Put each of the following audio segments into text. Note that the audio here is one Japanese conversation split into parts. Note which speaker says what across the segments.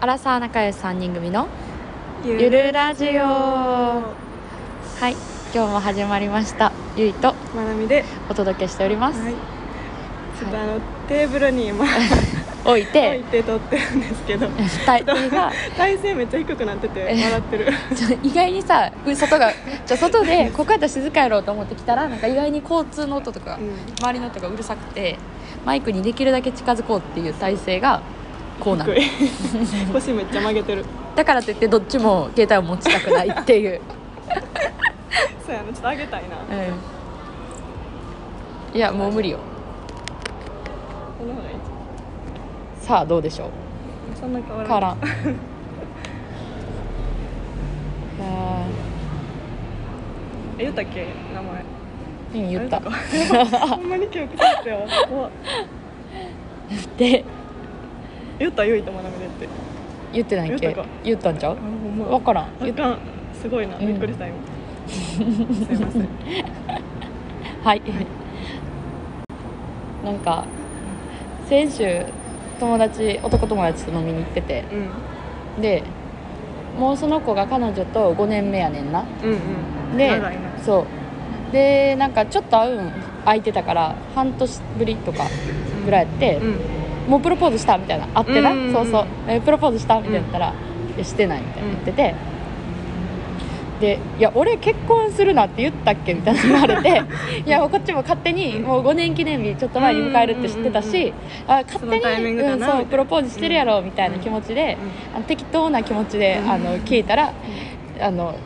Speaker 1: アラサー仲良し3人組の
Speaker 2: ゆ
Speaker 1: ゆるラジオはい今日も始まりましたゆいと
Speaker 2: まなみで、
Speaker 1: お届けしております、
Speaker 2: はい、ちょっとあの、テーブルに今置
Speaker 1: 置いて
Speaker 2: いて撮ってるんですけど
Speaker 1: 体 が
Speaker 2: 体勢めっちゃ低くなってて笑ってる
Speaker 1: ちょ意外にさう外がじゃあ外でここやったら静かやろうと思ってきたらなんか意外に交通の音とか、
Speaker 2: うん
Speaker 1: 周りの音がうるさくてマイクにできるだけ近づこうっていう体勢がこうなの
Speaker 2: 低い 腰めっちゃ曲げてる
Speaker 1: だからといってどっちも携帯を持ちたくないって いう、
Speaker 2: そうやなちょっと上げたいなこ
Speaker 1: うん、いやもう無理よ
Speaker 2: の方がいい
Speaker 1: さあどうでしょう
Speaker 2: そんな変わら
Speaker 1: 変わ
Speaker 2: な
Speaker 1: らんいや
Speaker 2: え言ったっけ名前
Speaker 1: ーうん言った
Speaker 2: あ言ったか ほんまに記憶されてよ怖っ
Speaker 1: で
Speaker 2: 言ったゆいとまなみでって
Speaker 1: 言ってないっけ
Speaker 2: 言
Speaker 1: 言
Speaker 2: った
Speaker 1: っ
Speaker 2: か
Speaker 1: たんちゃう
Speaker 2: あほんま
Speaker 1: 分からん
Speaker 2: あ
Speaker 1: 言っ
Speaker 2: かんすごいな、
Speaker 1: うん
Speaker 2: びっくりした今すいません
Speaker 1: はいなんか先週友達男友達と飲みに行ってて
Speaker 2: うん
Speaker 1: でもうその子が彼女と5年目やねんな
Speaker 2: うんうん
Speaker 1: で
Speaker 2: 長いな
Speaker 1: そうでなんかちょっと会うん空いてたから半年ぶりとかぐらいやって、
Speaker 2: うん
Speaker 1: もうプロポーズしたみたいな会ってな、
Speaker 2: うんうんうん
Speaker 1: そうそうえプロポーズしたみたいな言ったら、いやしてないみたいな言ってて、でいや俺結婚するなって言ったっけみたいな言われ ていやこっちも勝手にもう5年記念日ちょっと前に迎えるって知ってた
Speaker 2: うんうんうん
Speaker 1: し、あ勝手
Speaker 2: そのタイミン
Speaker 1: に
Speaker 2: グだなみたいな
Speaker 1: そうプロポーズしてるやろみたいな気持ちで、あの適当な気持ちで、
Speaker 2: うん
Speaker 1: あの聞いたら、あの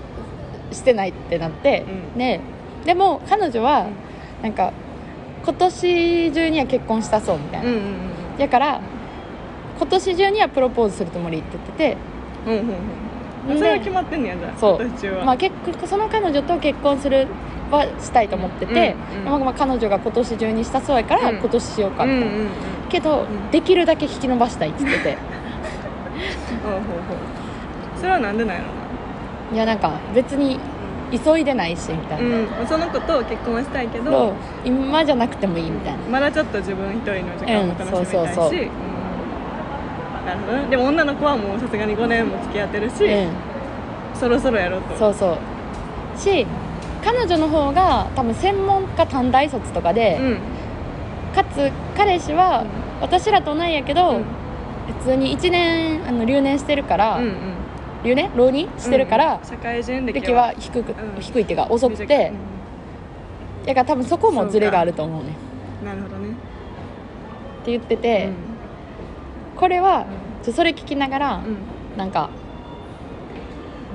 Speaker 1: してないってなって、
Speaker 2: うん
Speaker 1: ねでも彼女は、なんか今年中には結婚したそうみたいな
Speaker 2: う。んうん
Speaker 1: だから今年中にはプロポーズするつもりって言ってて、
Speaker 2: うんうんうんうんそれは決まってんねやじゃあ
Speaker 1: そう
Speaker 2: 途中は
Speaker 1: まあ、結局その彼女と結婚するはしたいと思ってて、
Speaker 2: うんうん
Speaker 1: まあまあ、彼女が今年中にしたそうやから
Speaker 2: うん
Speaker 1: 今年しようか
Speaker 2: う
Speaker 1: み
Speaker 2: ん
Speaker 1: た
Speaker 2: う
Speaker 1: い
Speaker 2: ん
Speaker 1: な、
Speaker 2: うんうん
Speaker 1: けど、
Speaker 2: ん
Speaker 1: できるだけ引き伸ばしたいって言って て
Speaker 2: ほうほうほうそれはなんでなんやろ
Speaker 1: いやなんか別に急いでないしみたいな、
Speaker 2: なうんその子と結婚はしたい
Speaker 1: け
Speaker 2: け
Speaker 1: ど
Speaker 2: ど
Speaker 1: 今じゃなくてもいいみたいな
Speaker 2: まだちょっと自分一人の時間も楽しみ
Speaker 1: うんそうそう
Speaker 2: たい
Speaker 1: そう
Speaker 2: しうんなるほどねでも女の子はもうさすがに5年も付き合ってるし
Speaker 1: う、
Speaker 2: そろそろやろうんと
Speaker 1: そうそうし彼女の方が多分専門家短大卒とかで、
Speaker 2: うん
Speaker 1: かつ彼氏は私らと同いやけど、
Speaker 2: うん
Speaker 1: 普通に1年あの留年してるから、
Speaker 2: うんうん
Speaker 1: 留年浪人してるから、
Speaker 2: 社会人歴
Speaker 1: 歴は低く、
Speaker 2: うん
Speaker 1: 低いっていうか遅くて、だから多分そこもズレがあると思うね
Speaker 2: うんなるほどね
Speaker 1: って言ってて、これはちょそれ聞きながら
Speaker 2: う、ん
Speaker 1: なんか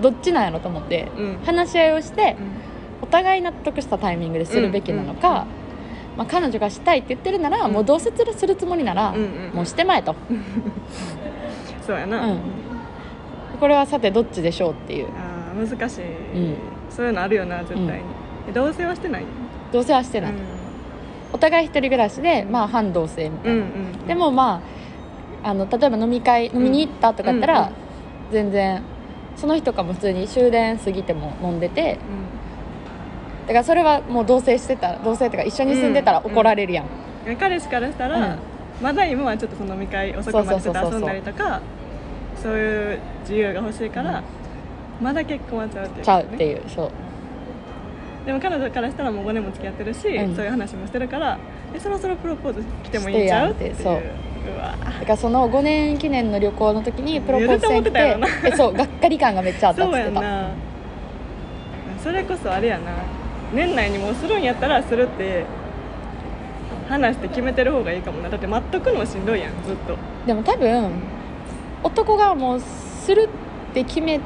Speaker 1: どっちなんやろと思って、
Speaker 2: うんうん
Speaker 1: 話し合いをして
Speaker 2: う、ん
Speaker 1: お互い納得したタイミングでするべきなのか、まあ、彼女がしたいって言ってるなら、
Speaker 2: うん
Speaker 1: もうどうせするつもりなら、
Speaker 2: うんうん
Speaker 1: もうしてまえと
Speaker 2: そうやな、
Speaker 1: うんこれはさてどっちでしょうっていう
Speaker 2: あー難しい、
Speaker 1: うん
Speaker 2: そういうのあるよな絶対に、え同棲はしてない
Speaker 1: 同棲はしてない、お互い一人暮らしで、まあ、半同棲みた
Speaker 2: う
Speaker 1: い
Speaker 2: ん
Speaker 1: な、
Speaker 2: うんうん
Speaker 1: でもまああの例えば飲み会飲みに行ったとかやったら、
Speaker 2: うん
Speaker 1: 全然その日とかも普通に終電過ぎても飲んでて
Speaker 2: う
Speaker 1: だからそれはもう同棲してたら同棲とか一緒に住んでたら
Speaker 2: うん
Speaker 1: 怒られるやん、
Speaker 2: ん彼氏からしたら、
Speaker 1: うん
Speaker 2: まだ今はちょっとその飲み会遅くまでちょっと遊んだりとかそういう自由が欲しいから、まだ結婚はちゃうっていう、
Speaker 1: ちゃうって
Speaker 2: う
Speaker 1: いうそう
Speaker 2: でも彼女からしたらもう5年も付き合ってるし、
Speaker 1: うん
Speaker 2: そういう話もしてるからえそろそろプロポーズ来てもいいんちゃうっ
Speaker 1: して
Speaker 2: て
Speaker 1: やん
Speaker 2: いう
Speaker 1: ってそう
Speaker 2: うわ
Speaker 1: だからその5年記念の旅行の時にプロポーズせんく
Speaker 2: 言
Speaker 1: て
Speaker 2: うて思って
Speaker 1: えそうがっかり感がめっちゃあったっ
Speaker 2: そ
Speaker 1: つっ
Speaker 2: う
Speaker 1: て
Speaker 2: や
Speaker 1: た
Speaker 2: なそれこそあれやな年内にもうするんやったらするって話して決めてる方がいいかもなだって待っとくのしんどいやんずっと
Speaker 1: でも多分男がもうするって決め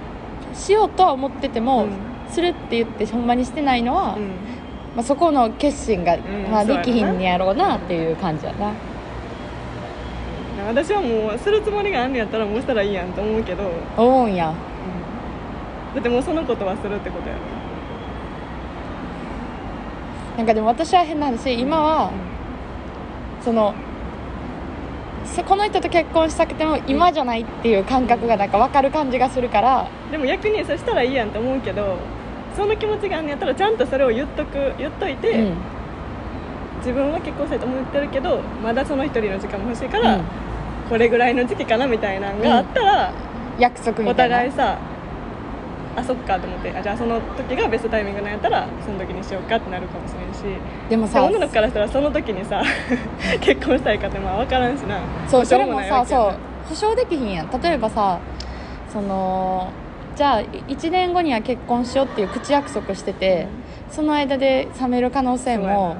Speaker 1: しようとは思ってても、
Speaker 2: う
Speaker 1: するって言ってほんまにしてないのは、
Speaker 2: うん
Speaker 1: まあ、そこの決心が、
Speaker 2: ん
Speaker 1: まあ、で
Speaker 2: そうやろな
Speaker 1: きひんねやろうなっていう感じやな
Speaker 2: 私はもうするつもりがあんねやったらもうしたらいいやんと思うけど、
Speaker 1: 思うんや
Speaker 2: だってもうそのことはするってことやろ
Speaker 1: なんかでも私は変な話今はそのそこの人と結婚したくても今じゃないっていう感覚がなんか分かる感じがするから
Speaker 2: でも逆にそしたらいいやんと思うけどその気持ちがあんねやったらちゃんとそれを言っとく言っといて、
Speaker 1: うん
Speaker 2: 自分は結婚したいと思ってるけどまだその一人の時間も欲しいから、
Speaker 1: うん
Speaker 2: ここれぐらいの時期かなみたいなのがあったら、
Speaker 1: 約束
Speaker 2: お
Speaker 1: みたいな
Speaker 2: 互いさあそっかと思ってあじゃあその時がベストタイミングなんやったらその時にしようかってなるかもしれんし
Speaker 1: でも
Speaker 2: で
Speaker 1: さ
Speaker 2: 女の子からしたらその時 にさ結婚したいかってまあ分からんしな
Speaker 1: そうそ
Speaker 2: 保証
Speaker 1: れ
Speaker 2: も
Speaker 1: も
Speaker 2: ない
Speaker 1: さ
Speaker 2: わけやな
Speaker 1: そう保証できひんやん例えばさそのじゃあ1年後には結婚しようっていう口約束してて、その間で冷める可能性も
Speaker 2: そうや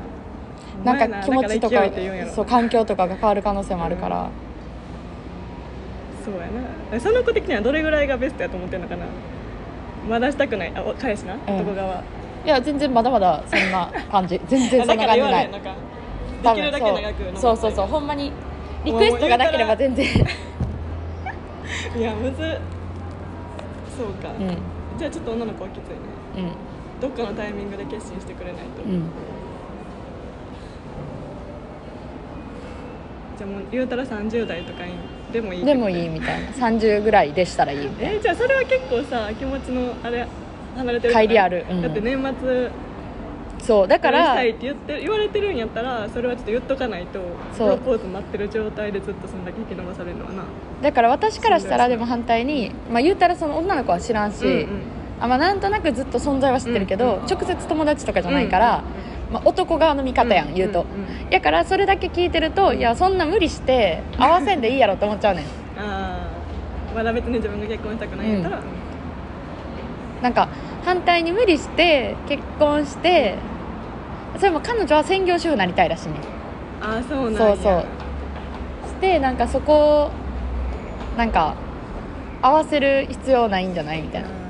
Speaker 1: なんか気持ちと
Speaker 2: だ
Speaker 1: から
Speaker 2: 勢いって言うんやろ
Speaker 1: そう環境とかが変わる可能性もあるから、
Speaker 2: そうやなその子的にはどれぐらいがベストやと思ってんのかなまだしたくないあお彼氏な、
Speaker 1: ん
Speaker 2: 男側
Speaker 1: いや全然まだまだそんな感 じ全然
Speaker 2: あ
Speaker 1: そ
Speaker 2: だ
Speaker 1: ん
Speaker 2: か
Speaker 1: な感
Speaker 2: ら
Speaker 1: じ
Speaker 2: 言わ
Speaker 1: な
Speaker 2: れん
Speaker 1: い
Speaker 2: のかで
Speaker 1: 多
Speaker 2: き
Speaker 1: 分
Speaker 2: るだけ長く
Speaker 1: そうそうそうそう
Speaker 2: う
Speaker 1: ほんまにリクエストがなければ全然
Speaker 2: いやむずそうか、
Speaker 1: うん
Speaker 2: じゃあちょっと女の子はきつい
Speaker 1: う
Speaker 2: ね
Speaker 1: ん
Speaker 2: どっかのタイミングで決心してくれないと、
Speaker 1: うん
Speaker 2: じゃあもう言うたら30代とかにでもいい
Speaker 1: でもい
Speaker 2: い
Speaker 1: いみたいな30ぐらいでしたらいいみたい
Speaker 2: えーじゃあそれは結構さ気持ちのあれ離れてる
Speaker 1: 乖離あるうん
Speaker 2: だって年末
Speaker 1: なそうだか
Speaker 2: こ
Speaker 1: ら
Speaker 2: れしたいって言って言われてるんやったらそれはちょっと言っとかないとプ
Speaker 1: そう
Speaker 2: ロポーズ待ってる状態でずっとそんだけ引き延ばされるのはな
Speaker 1: だから私からしたら
Speaker 2: そうで
Speaker 1: で
Speaker 2: すね
Speaker 1: も反対に、まあ、言うたらその女の子は知らんし、
Speaker 2: うん
Speaker 1: あまあ、なんとなくずっと存在は知ってるけど、
Speaker 2: うん
Speaker 1: 直接友達とかじ
Speaker 2: う
Speaker 1: ゃ
Speaker 2: ん
Speaker 1: ないから、まあ、男側の味方やん、
Speaker 2: うん
Speaker 1: 言うと、
Speaker 2: んん
Speaker 1: やからそれだけ聞いてるといやそんな無理して合わせんでいいやろって思っちゃうねん
Speaker 2: ああまだ別に自分が結婚したくないんやったら、
Speaker 1: なんか反対に無理して結婚してそれも彼女は専業主婦になりたいらしいねん
Speaker 2: ああそうなんや
Speaker 1: そうそうしてなんかそこをなんか合わせる必要ないんじゃないみたいな
Speaker 2: あー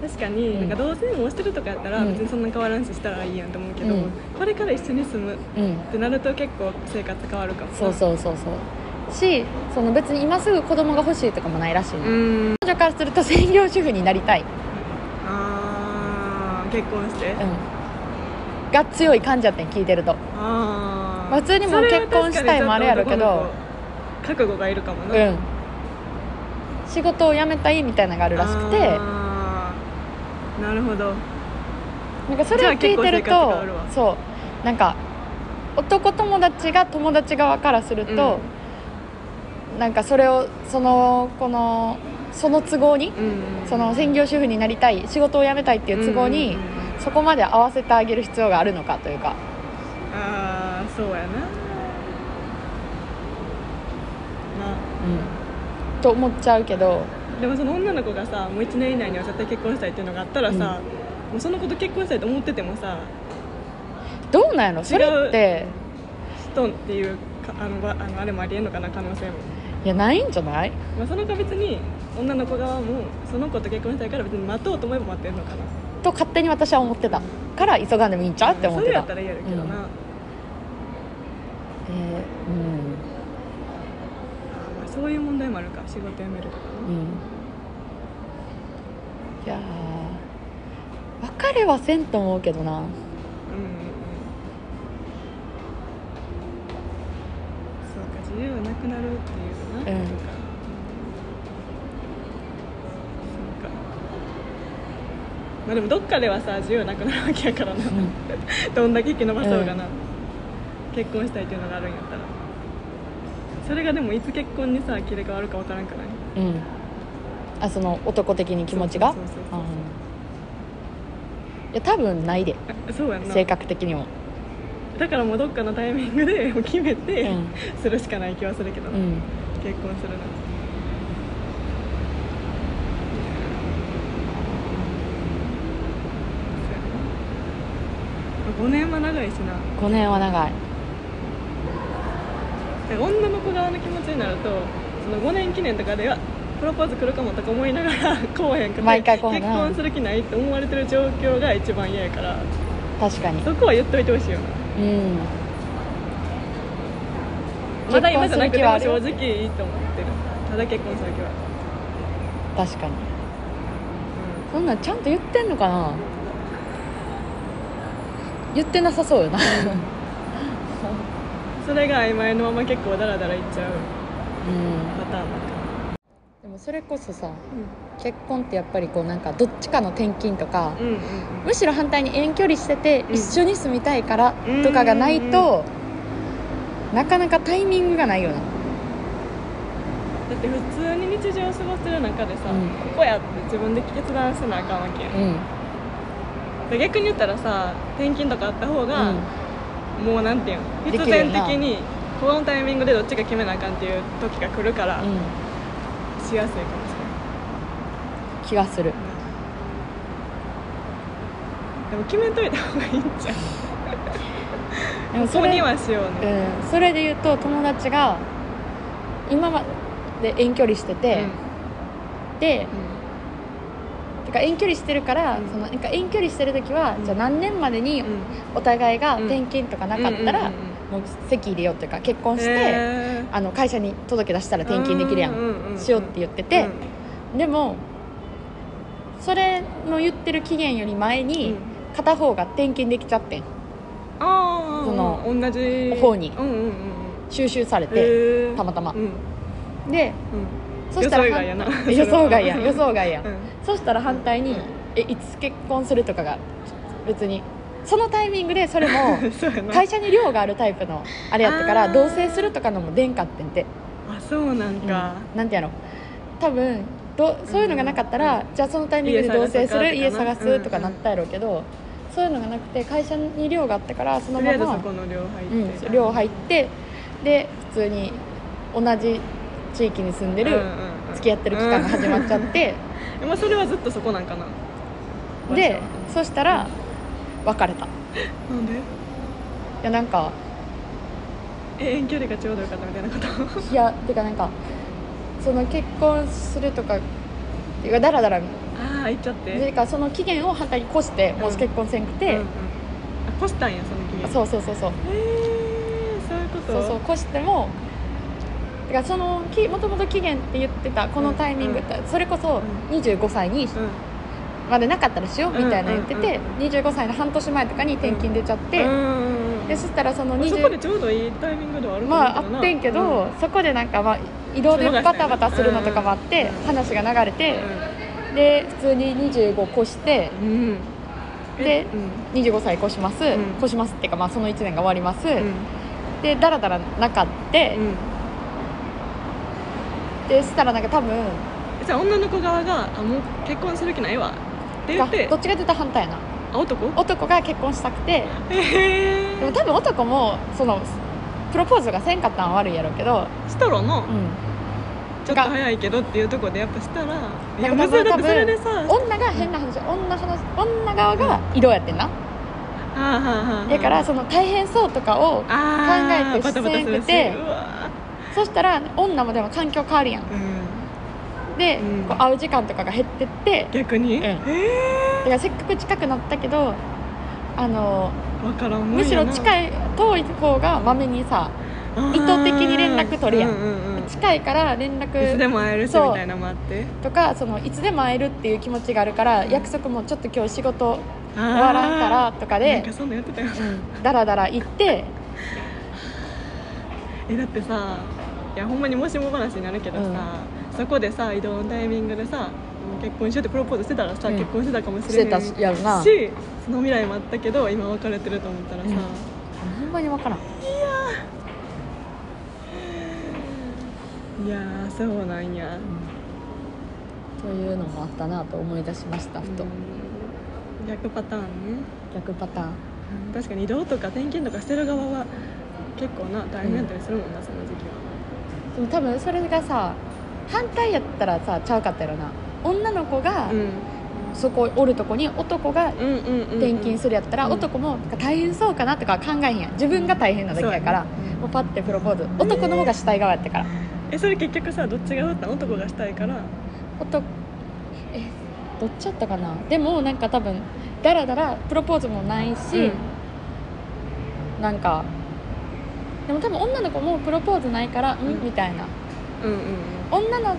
Speaker 2: 確か
Speaker 1: う
Speaker 2: に、
Speaker 1: ん
Speaker 2: なんか同性もしてるとかやったら
Speaker 1: うん
Speaker 2: 別にそんな変わらんししたらいいやんと思うけど、
Speaker 1: うん
Speaker 2: これから一緒に住むっ
Speaker 1: うん
Speaker 2: てなると結構生活変わるかもな
Speaker 1: そうそうそうそうしその別に今すぐ子供が欲しいとかもないらしい、
Speaker 2: うーん
Speaker 1: 彼女からすると専業主婦になりたい、
Speaker 2: ああ結婚して、
Speaker 1: うん、が強い感じやってん聞いてると
Speaker 2: あ
Speaker 1: まあ普通にもう結婚したいもあるやろうけど
Speaker 2: それは確かにちょっと男の子覚悟がいるかも
Speaker 1: う
Speaker 2: な、
Speaker 1: ん仕事を辞めたいみたいなのがあるらしくて
Speaker 2: あーなるほど
Speaker 1: なんかそれを聞いてる
Speaker 2: じゃあ結構生活変
Speaker 1: と
Speaker 2: わるわ
Speaker 1: そうなんか男友達が友達側からすると、なんかそれをそのこのその都合に
Speaker 2: うん
Speaker 1: その専業主婦になりたい仕事を辞めたいっていう都合に、
Speaker 2: うんうんうん
Speaker 1: そこまで合わせてあげる必要があるのかというか
Speaker 2: ああそうやなな
Speaker 1: うん、と思っちゃうけど
Speaker 2: でもその女の子がさもう1年以内には絶対結婚したいっていうのがあったらさ、もうその子と結婚したいと思っててもさ
Speaker 1: どうなんやろそれって
Speaker 2: ストンっていうかあのばあのあれもありえんのかな可能性も、
Speaker 1: いやないんじゃない
Speaker 2: まあ、その子は別に女の子側もその子と結婚したいから別に待とうと思えば待ってんのかな
Speaker 1: と勝手に私は思ってたから急がんでもいいんちゃうって思
Speaker 2: そ
Speaker 1: っ
Speaker 2: れ
Speaker 1: て
Speaker 2: や
Speaker 1: た
Speaker 2: ったら嫌やけど
Speaker 1: うん
Speaker 2: な、
Speaker 1: え
Speaker 2: あまあそういう問題もあるか仕事辞めるとか
Speaker 1: ーうんうんいやー別れはせんと思うけどな
Speaker 2: うんうんうんそうか自由がなくなるっていうな、
Speaker 1: うん
Speaker 2: そうかそうかまあでもどっかではさ自由なくなるわけやからな、どんだけ生き延ばそうがな、結婚したいっていうのがあるんやったらそれがでもいつ結婚にさ切り替わるかわからんくない
Speaker 1: うんあその男的に気持ちが
Speaker 2: そうそうそ
Speaker 1: う
Speaker 2: うそうん
Speaker 1: いや多分ないで
Speaker 2: あそうやんな
Speaker 1: 性格的にも
Speaker 2: だからもうどっかのタイミングでもう決め
Speaker 1: う
Speaker 2: て、
Speaker 1: ん、
Speaker 2: するしかない気はするけどな、
Speaker 1: うん、
Speaker 2: 結婚するなんて5年は長いしな
Speaker 1: 5年は長い
Speaker 2: 女の子側の気持ちになるとその5年記念とかではプロポーズ来るかもとか思いながらこうへんくて
Speaker 1: 毎回
Speaker 2: 結
Speaker 1: こうな
Speaker 2: 婚する気ないって思われてる状況が一番嫌やから
Speaker 1: 確かに
Speaker 2: そこは言っといてほしいよな
Speaker 1: うん
Speaker 2: まだ今じゃなくても
Speaker 1: 結婚
Speaker 2: 正
Speaker 1: する気は
Speaker 2: 直いいと思ってるただ結婚する気は、
Speaker 1: 確かにそんなんちゃんと言ってんのかな言ってなさそう よなう
Speaker 2: うんそれが曖昧のまま結構ダラダラいっちゃうんパターンなんか
Speaker 1: でもそれこそさ結婚ってやっぱりこうなんかどっちかの転勤とか、
Speaker 2: うんうんうん
Speaker 1: むしろ反対に遠距離してて
Speaker 2: うん
Speaker 1: 一緒に住みたいからとかがないと、なかなかタイミングがないよな
Speaker 2: だって普通に日常を過ごしてる中でさ、
Speaker 1: うん
Speaker 2: ここやって自分で決断せなあかんわけやん
Speaker 1: うん
Speaker 2: で逆に言ったらさ転勤とかあった方が、もうなんていうの
Speaker 1: できる
Speaker 2: 必然的にこのタイミングでどっちか決めなあかんっていう時が来るから、
Speaker 1: うん、うん、
Speaker 2: しやすいかもし
Speaker 1: 気がする
Speaker 2: れないでも決めといた方がいいんじゃん
Speaker 1: でも
Speaker 2: そ
Speaker 1: そ
Speaker 2: こ
Speaker 1: れ
Speaker 2: にはしようね、
Speaker 1: うん、それで言うと友達が今まで遠距離してて、でてか遠距離してるから、
Speaker 2: うん
Speaker 1: そのなんか遠距離してる時は、
Speaker 2: うん
Speaker 1: じゃあ何年までに
Speaker 2: うんうん
Speaker 1: お互いが
Speaker 2: うん
Speaker 1: 転勤とかなかったら、
Speaker 2: うんうんうんうん
Speaker 1: もう籍入れようっていうか結婚して、
Speaker 2: へー
Speaker 1: あの会社に届け出したら転勤できるやん、
Speaker 2: ううう
Speaker 1: しようって言ってて
Speaker 2: うん、
Speaker 1: でもそれの言ってる期限より前に、
Speaker 2: うん
Speaker 1: 片方が転勤できちゃってん
Speaker 2: ああ
Speaker 1: その
Speaker 2: 同じ
Speaker 1: 方に
Speaker 2: うんうんうんうん
Speaker 1: 収集されて、
Speaker 2: へー
Speaker 1: たまたま
Speaker 2: うんうん
Speaker 1: でそしたら
Speaker 2: 予想外やな
Speaker 1: 反対予想外やん予想外やん、
Speaker 2: うん
Speaker 1: そしたら反対に、
Speaker 2: うん
Speaker 1: えいつ結婚するとかが別にそのタイミングでそれも
Speaker 2: そうやな
Speaker 1: 会社に寮があるタイプのあれやったか
Speaker 2: あ
Speaker 1: ら
Speaker 2: ー
Speaker 1: 同棲するとかのも出んかってんて、
Speaker 2: あそうなん
Speaker 1: うん、
Speaker 2: か、
Speaker 1: なんてやろ多分どそういうのがなかったら、じゃあそのタイミングで同棲する
Speaker 2: 家
Speaker 1: 家
Speaker 2: 探
Speaker 1: 探
Speaker 2: すとかな
Speaker 1: すとかなったやろうけど、そういうのがなくて会社に寮があったからその
Speaker 2: とりあ
Speaker 1: ま
Speaker 2: えずそ
Speaker 1: ま
Speaker 2: この寮入っ
Speaker 1: う
Speaker 2: て、
Speaker 1: ん、寮入ってで普通に同じ地域に住んでる、付き合ってる期間が始まっちゃって、
Speaker 2: て、まあ、それはずっとそこなんかな
Speaker 1: で
Speaker 2: 場
Speaker 1: そしたら別れたい
Speaker 2: 所はなんで
Speaker 1: やなんか
Speaker 2: え遠距離がちょうどよかったみたいなこと
Speaker 1: いやてかなんかその結婚するとかっていうかだらだら
Speaker 2: ああ行っちゃって
Speaker 1: てかその期限を反対に越してもう結婚せんくて
Speaker 2: うんうん、あ越したんやその期限
Speaker 1: そうそうそうそう
Speaker 2: へえそういうこと
Speaker 1: そうそう越してもてかそのきもともと期限って言ってたこのタイミングって、それこそ
Speaker 2: う
Speaker 1: 25歳に
Speaker 2: うん、
Speaker 1: までなかったらしようみたいな言ってて、
Speaker 2: うん
Speaker 1: 25歳の半年前とかに転勤出ちゃって、
Speaker 2: うんうんうん
Speaker 1: でそしたらその
Speaker 2: まあそこで
Speaker 1: 20
Speaker 2: ちょうどいいタイミングではあると思う
Speaker 1: まあ
Speaker 2: けどな
Speaker 1: あってんけ
Speaker 2: うん
Speaker 1: ど、そこでなんかまあ移動でバタバタするのとかもあって、
Speaker 2: うんうん
Speaker 1: 話が流れて、で普通に25越して
Speaker 2: うんうん
Speaker 1: で
Speaker 2: えうん
Speaker 1: 25歳越します、
Speaker 2: ん
Speaker 1: 越しますっていうか、まあ、その1年が終わります、
Speaker 2: うん
Speaker 1: でだらだらなかって、
Speaker 2: うん
Speaker 1: でしたらなんか多分
Speaker 2: じゃあ女の子側が「あもう結婚する気ないわ」って言
Speaker 1: が
Speaker 2: って
Speaker 1: どっちが出たら反対やな
Speaker 2: あ男
Speaker 1: 男が結婚したくて
Speaker 2: え
Speaker 1: でも多分男もそのプロポーズがせんかったんは悪いやろうけど、
Speaker 2: したらな
Speaker 1: うん、
Speaker 2: ちょっと早いけどっていうところでやっぱしたらいや
Speaker 1: なんか
Speaker 2: むずいだ
Speaker 1: 多
Speaker 2: って
Speaker 1: 分
Speaker 2: それでさは
Speaker 1: 女が変な話女話女側が色やってんな、
Speaker 2: あはあはあ
Speaker 1: だからその大変そうとかを
Speaker 2: あー
Speaker 1: 考えて
Speaker 2: バタバタする
Speaker 1: し
Speaker 2: してうわ
Speaker 1: そしたら女もでも環境変わるやん
Speaker 2: うん
Speaker 1: で、
Speaker 2: うん
Speaker 1: こう会う時間とかが減ってって
Speaker 2: 逆
Speaker 1: ん
Speaker 2: にえ
Speaker 1: だからせっかく近くなったけどあの
Speaker 2: 分からんもんやな
Speaker 1: むしろ
Speaker 2: い
Speaker 1: 近い遠い方がまめにさ意図的に連絡取るやん
Speaker 2: うんうんうんい
Speaker 1: 近いから連
Speaker 2: つで
Speaker 1: 絡
Speaker 2: も会えるしみ
Speaker 1: そう
Speaker 2: たいなのもあって
Speaker 1: とかそのいつでも会えるっていう気持ちがあるから約束もちょっと今日仕事
Speaker 2: 終
Speaker 1: 終わらんからとか
Speaker 2: なん
Speaker 1: で
Speaker 2: かそんなんやってたよ
Speaker 1: うんだらだら行って
Speaker 2: えだってさいやほんまにもしも話になるけどさ、そこでさ移動のタイミングでさもう結婚しようってプロポーズしてたらさ、
Speaker 1: うん
Speaker 2: 結婚してたかもし
Speaker 1: し
Speaker 2: れ
Speaker 1: て
Speaker 2: な
Speaker 1: た
Speaker 2: い
Speaker 1: しやろな
Speaker 2: しその未来もあったけど今別れてると思ったらさ、
Speaker 1: うんほんまに分からん
Speaker 2: いやーそうなんや
Speaker 1: というのもあったなと思い出しましたふと、
Speaker 2: うん逆パターンね、
Speaker 1: 逆パターン
Speaker 2: うん確かに移動とか転勤とかしてる側は結構な大変やったりするもんな、その時期は
Speaker 1: でも多分それがさ反対やったらさちゃうかったやろな女の子が
Speaker 2: うん
Speaker 1: そこおるとこに男が
Speaker 2: うんうんうんうん
Speaker 1: 転勤するやったら、
Speaker 2: うん
Speaker 1: 男もなんか大変そうかなとかは考えへんやん自分が大変なだけやから
Speaker 2: そうやね
Speaker 1: もうパッてプロポーズ男の方が主体側やったから
Speaker 2: えそれ結局さどっちがだったん男がしたいから
Speaker 1: 男えどっちやったかなでもなんか多分だらだらプロポーズもないし、
Speaker 2: うん
Speaker 1: なんかでも多分女の子もプロポーズないからうん、
Speaker 2: うん
Speaker 1: みたいな
Speaker 2: うんうん
Speaker 1: 女の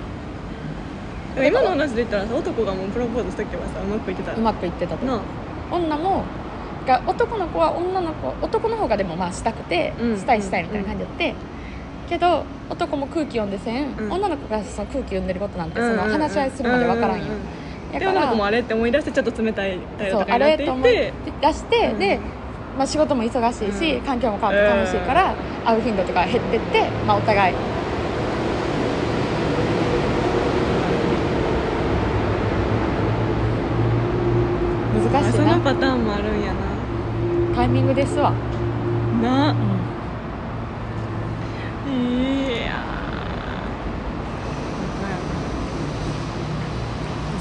Speaker 2: でも今の話で言ったらさ男がもうプロポーズしとけばさうまくいってた
Speaker 1: うまくいってたと
Speaker 2: なあ
Speaker 1: 女もが男の子は女の子男の方がでもまあしたくて、
Speaker 2: うん
Speaker 1: したいしたいみたいな感じやって、けど男も空気読んでせん、
Speaker 2: うん
Speaker 1: 女の子がその空気読んでることなんてそ
Speaker 2: うん
Speaker 1: の
Speaker 2: うんうん
Speaker 1: 話し合いするまでわからんよ、
Speaker 2: ううう
Speaker 1: だ
Speaker 2: で
Speaker 1: か
Speaker 2: 女の
Speaker 1: ら
Speaker 2: 子もあれって思い出してちょっと冷たい態
Speaker 1: そ
Speaker 2: 度
Speaker 1: う
Speaker 2: とか
Speaker 1: あ
Speaker 2: になっ
Speaker 1: れ
Speaker 2: て
Speaker 1: と
Speaker 2: い
Speaker 1: 思
Speaker 2: て
Speaker 1: い出して、
Speaker 2: うん
Speaker 1: で、まあ、仕事も忙しいし、
Speaker 2: うん
Speaker 1: 環境も変わって楽しいから、会う頻度とか減ってって、まあ、お互い難しい
Speaker 2: その
Speaker 1: な
Speaker 2: パターンもあるんや
Speaker 1: タイミングですわ、
Speaker 2: な
Speaker 1: う
Speaker 2: なんいや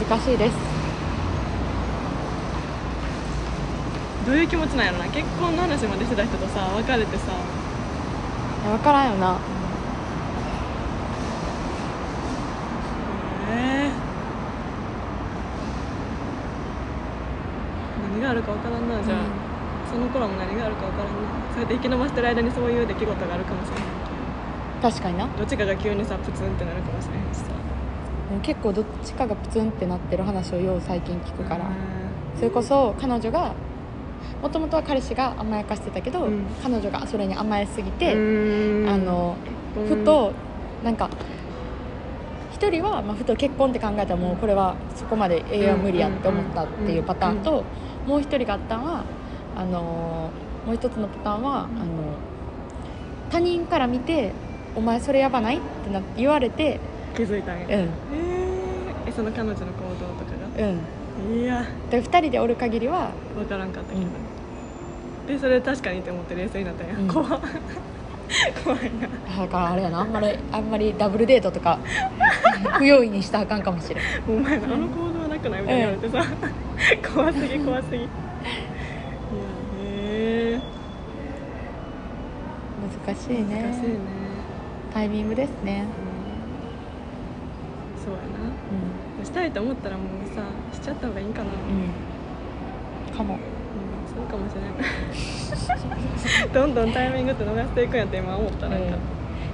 Speaker 1: 難しいです
Speaker 2: ーどういう気持ちなんやろな結婚の話までしてた人とさ別れてさ
Speaker 1: いや分からんよな
Speaker 2: えー何があるか分からんなじゃあ、
Speaker 1: うん
Speaker 2: その頃も何があるか分からんなそうやって生き延ばしてる間にそういう出来事があるかもしれない
Speaker 1: 確かにな
Speaker 2: どっちかが急にさプツンってなるかもしれへんしさ
Speaker 1: うん結構どっちかがプツンってなってる話をよう最近聞くから、
Speaker 2: う
Speaker 1: それこそ彼女がもともとは彼氏が甘やかしてたけど、
Speaker 2: うん
Speaker 1: 彼女がそれに甘えすぎ
Speaker 2: ん
Speaker 1: て、
Speaker 2: うん
Speaker 1: あのふとなんか一人は、まあ、ふと結婚って考えたらもうこれはそこまで永遠は無理やって思ったっていうパターンともう一人があったんはあのーもう一つのパターンはあの他人から見て「お前それやばない?」ってな言われて
Speaker 2: 気づいたんや
Speaker 1: う
Speaker 2: え
Speaker 1: ん
Speaker 2: ーえその彼女の行動とか
Speaker 1: うん
Speaker 2: がいや
Speaker 1: で2人でおる限りは
Speaker 2: 分からんかったけど、
Speaker 1: うん
Speaker 2: でそれ確かにって思って冷静になったんや、
Speaker 1: うん
Speaker 2: 怖っ 怖いな
Speaker 1: だからあれやなあんまりあんまりダブルデートと か不用意にしたらあかんかもしれん
Speaker 2: お前らあの行動はなくないみたいに言われてさ、怖すぎ怖すぎいやね
Speaker 1: 難しいね
Speaker 2: 難しいね、
Speaker 1: タイミングですね、
Speaker 2: うんそうや
Speaker 1: う
Speaker 2: なしたいと思ったらもうさしちゃった方がいいんか
Speaker 1: ん
Speaker 2: な、
Speaker 1: うん、かも
Speaker 2: うんそうかもしれないどんどんタイミングって逃していくんやって今思ったなんか、
Speaker 1: うん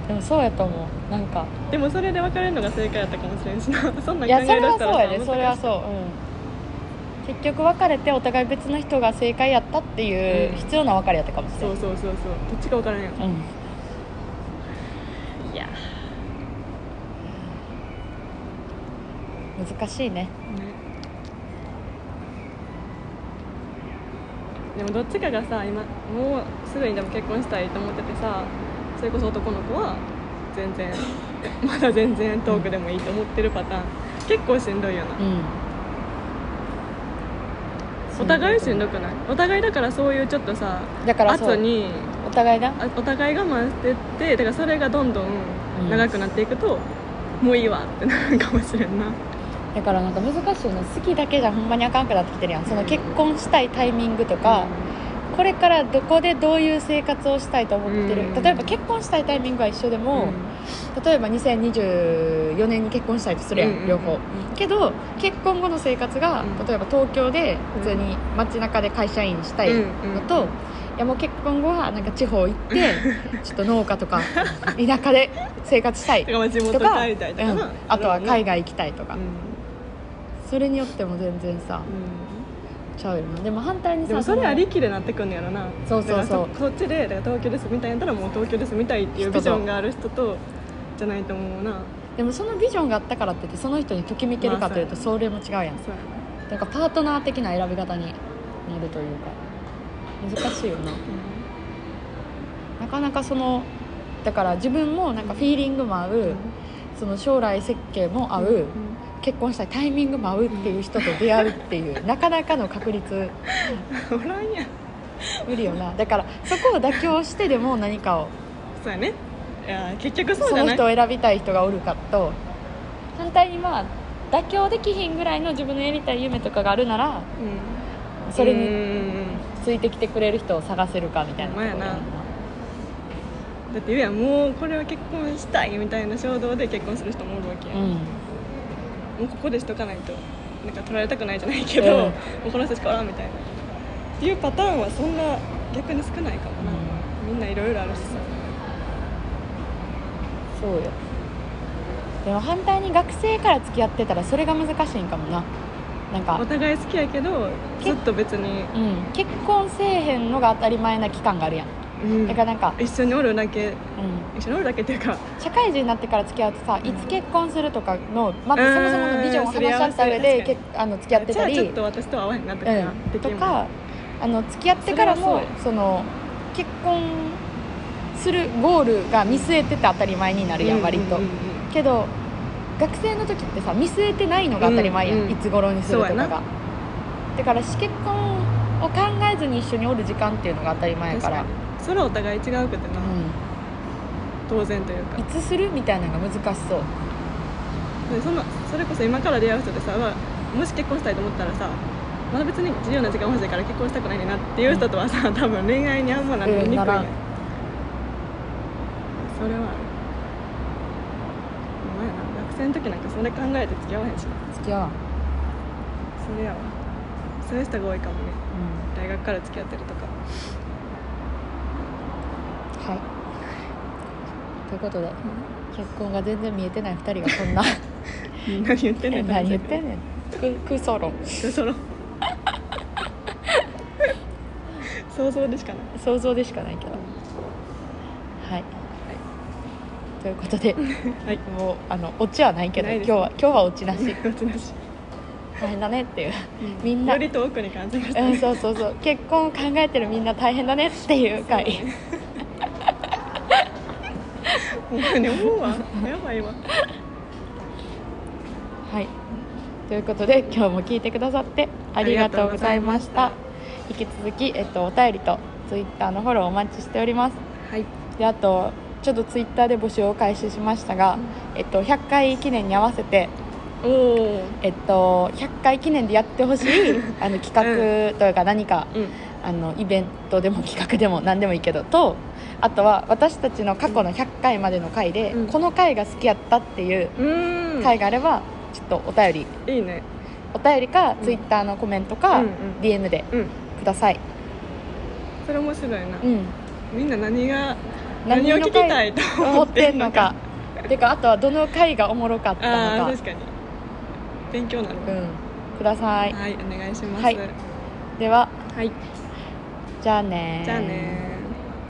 Speaker 1: でもそうやと思うなんか
Speaker 2: でもそれで別れるのが正解やったかもしれんしなそんなん
Speaker 1: い
Speaker 2: 考え
Speaker 1: やそ
Speaker 2: 出した
Speaker 1: れ
Speaker 2: ら
Speaker 1: は
Speaker 2: さ
Speaker 1: そうやで
Speaker 2: 難しい
Speaker 1: それはそう、うん、結局別れてお互い別の人が正解やったっていう
Speaker 2: うん
Speaker 1: 必要な別れやったかもしれ
Speaker 2: そ
Speaker 1: な
Speaker 2: う
Speaker 1: い、
Speaker 2: そうそうそうどっちか分からんやんい
Speaker 1: うん、
Speaker 2: や、ね、
Speaker 1: 難しいね
Speaker 2: でもどっちかがさ今もうすぐにでも結婚したいと思っててさそれこそ男の子は全然 まだ全然遠くでもいいと思ってるパターン結構しんどいよな
Speaker 1: うん
Speaker 2: お互いしんどくないお互いだからそういうちょっとさ
Speaker 1: だからそ
Speaker 2: 後
Speaker 1: う
Speaker 2: に
Speaker 1: お互いな
Speaker 2: あお互い我慢してってだからそれがどんどん
Speaker 1: ん
Speaker 2: 長くなっていくと、もういいわってなるかもしれんな
Speaker 1: だからなんか難しいよね好きだけじゃほんまにあかんくなってきてるやんその結婚したいタイミングとか、これからどこでどういう生活をしたいと思ってる、
Speaker 2: うん
Speaker 1: 例えば結婚したいタイミングは一緒で
Speaker 2: うん
Speaker 1: も、例えば2024年に結婚したいとするやん、
Speaker 2: うん
Speaker 1: 両方けど結婚後の生活が、
Speaker 2: うん
Speaker 1: 例えば東京で普通に街中で会社員したいのと、
Speaker 2: うん
Speaker 1: いやもう結婚後はなんか地方行ってちょっと農家とか田舎で生活した い
Speaker 2: だからまあ地元
Speaker 1: とか
Speaker 2: 帰りたいとかな、
Speaker 1: うんあとは海
Speaker 2: 外
Speaker 1: 外行きたいとか、
Speaker 2: うん
Speaker 1: それによっても全然さちゃうよなでも反対
Speaker 2: う
Speaker 1: に
Speaker 2: んで
Speaker 1: さ
Speaker 2: もそれ
Speaker 1: の
Speaker 2: ありきでなってくんのやろな
Speaker 1: そうそうそう
Speaker 2: だからそっちでだから東京で住みたいんやったらもう東京で住みたいっていうビジョンがある人とじゃないと思うな
Speaker 1: でもそのビジョンがあったからって言ってその人にときめけるかというと
Speaker 2: まあ
Speaker 1: それも違うやん
Speaker 2: そうやな
Speaker 1: なんかパートナー的な選び方になるというか難しいよななかなかそのだから自分もなんかフィーリングも合う、その将来設計も合う、
Speaker 2: ん
Speaker 1: 結婚したいタイミングも合うっていう人と出会うっていう、 なかなかの確率
Speaker 2: おらんやん
Speaker 1: 無理よなだからそこを妥協してでも何かを
Speaker 2: そうやねいやー結局そう
Speaker 1: そ
Speaker 2: じゃ
Speaker 1: の
Speaker 2: ない
Speaker 1: 人を選びたい人がおるかと反対にまあ妥協できひんぐらいの自分のやりたい夢とかがあるなら
Speaker 2: うん
Speaker 1: それ
Speaker 2: う
Speaker 1: に
Speaker 2: ん
Speaker 1: ついてきてくれる人を探せるかみたいなところやな
Speaker 2: ほんまやだって言うやんもうこれは結婚したいみたいな衝動で結婚する人もおるわけやん、
Speaker 1: う
Speaker 2: も
Speaker 1: ん
Speaker 2: うここでしとかないとなんか取られたくないじゃないけど、
Speaker 1: うん
Speaker 2: もうこの人しかおらんみたいなっていうパターンはそんな逆に少ないかもな、みんないろいろあるしさ
Speaker 1: そうよでも反対に学生から付き合ってたらそれが難しいんかもななんか
Speaker 2: お互い好きやけどずっと別に、
Speaker 1: うん、結婚せえへんのが当たり前な期間があるやん
Speaker 2: うん
Speaker 1: だからなんか、
Speaker 2: 一緒におるだけ
Speaker 1: うん、
Speaker 2: 一緒におるだけっていうか
Speaker 1: 社会人になってから付き合うとさいつ結婚するとかのまずそもそものビジョンを話し合った上で
Speaker 2: うん
Speaker 1: けあの付き合ってたり
Speaker 2: じゃあちょっと私とは合わへんなとか、
Speaker 1: うん、
Speaker 2: でき
Speaker 1: と
Speaker 2: んもん
Speaker 1: かあの付き合ってから
Speaker 2: それ
Speaker 1: も
Speaker 2: はそう
Speaker 1: その結婚するゴールが見据えてて当たり前になるやん割と、
Speaker 2: うんうんうんうん
Speaker 1: けど学生の時ってさ見据えてないのが当たり前やん、
Speaker 2: うんうん
Speaker 1: いつ頃にするとか
Speaker 2: そうや
Speaker 1: がだから私結婚を考えずに一緒におる時間っていうのが当たり前やから
Speaker 2: 確かにそれはお互い違うくてな、
Speaker 1: う
Speaker 2: 当然というか
Speaker 1: ん、いつするみたいなのが難しそう
Speaker 2: でそのそれこそ今から出会う人でさ、まあもし結婚したいと思ったらさまだ別に自由な時間欲しいから結婚したくないねんなっていう人とはさ多分恋愛にあんまなりに
Speaker 1: うん
Speaker 2: くいやん
Speaker 1: ならん
Speaker 2: それはあるお前な学生の時なんかそれ考えて付き合わへんしな
Speaker 1: 付き合わん、
Speaker 2: それやわそういう人が多いかもね大学から付き合ってるとか
Speaker 1: はいということで結婚が全然見えてない2人がこんな
Speaker 2: みんな言ってんね
Speaker 1: え
Speaker 2: ん
Speaker 1: 何言ってんねんく空想論
Speaker 2: その想像でしかない
Speaker 1: 想像でしかないけどはい、ということで、
Speaker 2: はい
Speaker 1: もうあのオチはないけど
Speaker 2: ない
Speaker 1: 今
Speaker 2: です
Speaker 1: 日は今日はオチなし
Speaker 2: こっちなし
Speaker 1: 大変だねっていうみんな
Speaker 2: より遠くに感じました、
Speaker 1: うん、そうそうそう結婚を考えてるみんな大変だねっていう回
Speaker 2: ほんまに思うわやばいわ
Speaker 1: はいということで今日も聞いてくださってありがとうございました
Speaker 2: あ
Speaker 1: 引き続き、えっと、お便りとツイッターのフォローお待ちしております
Speaker 2: はい
Speaker 1: であとちょっとツイッターで募集を開始しましたが、えっと、100回記念に合わせて、
Speaker 2: おお
Speaker 1: えっと、100回記念でやってほし いあの企画というか何か、
Speaker 2: うん
Speaker 1: あのイベントでも企画でも何でもいいけどとあとは私たちの過去の100回までの回で、
Speaker 2: うん
Speaker 1: この回が好きやったっていう
Speaker 2: うーん
Speaker 1: 回があれば、ちょっとお便り
Speaker 2: いいね
Speaker 1: お便りか、
Speaker 2: うん
Speaker 1: Twitter のコメントか、
Speaker 2: うんうん
Speaker 1: DM で
Speaker 2: うん
Speaker 1: ください、
Speaker 2: それ面白いな、
Speaker 1: うん、
Speaker 2: みんな何が何を聞きたいと
Speaker 1: 思
Speaker 2: 思
Speaker 1: っ
Speaker 2: ってて
Speaker 1: ん
Speaker 2: ん
Speaker 1: の
Speaker 2: の
Speaker 1: か
Speaker 2: か
Speaker 1: てかあとはどの回がおもろかった
Speaker 2: ああ
Speaker 1: の
Speaker 2: ー確
Speaker 1: か、
Speaker 2: かに勉強になる
Speaker 1: う
Speaker 2: わ、
Speaker 1: ん、ください
Speaker 2: はいお願いします
Speaker 1: はいでは
Speaker 2: はい
Speaker 1: じゃあねー
Speaker 2: じゃあねー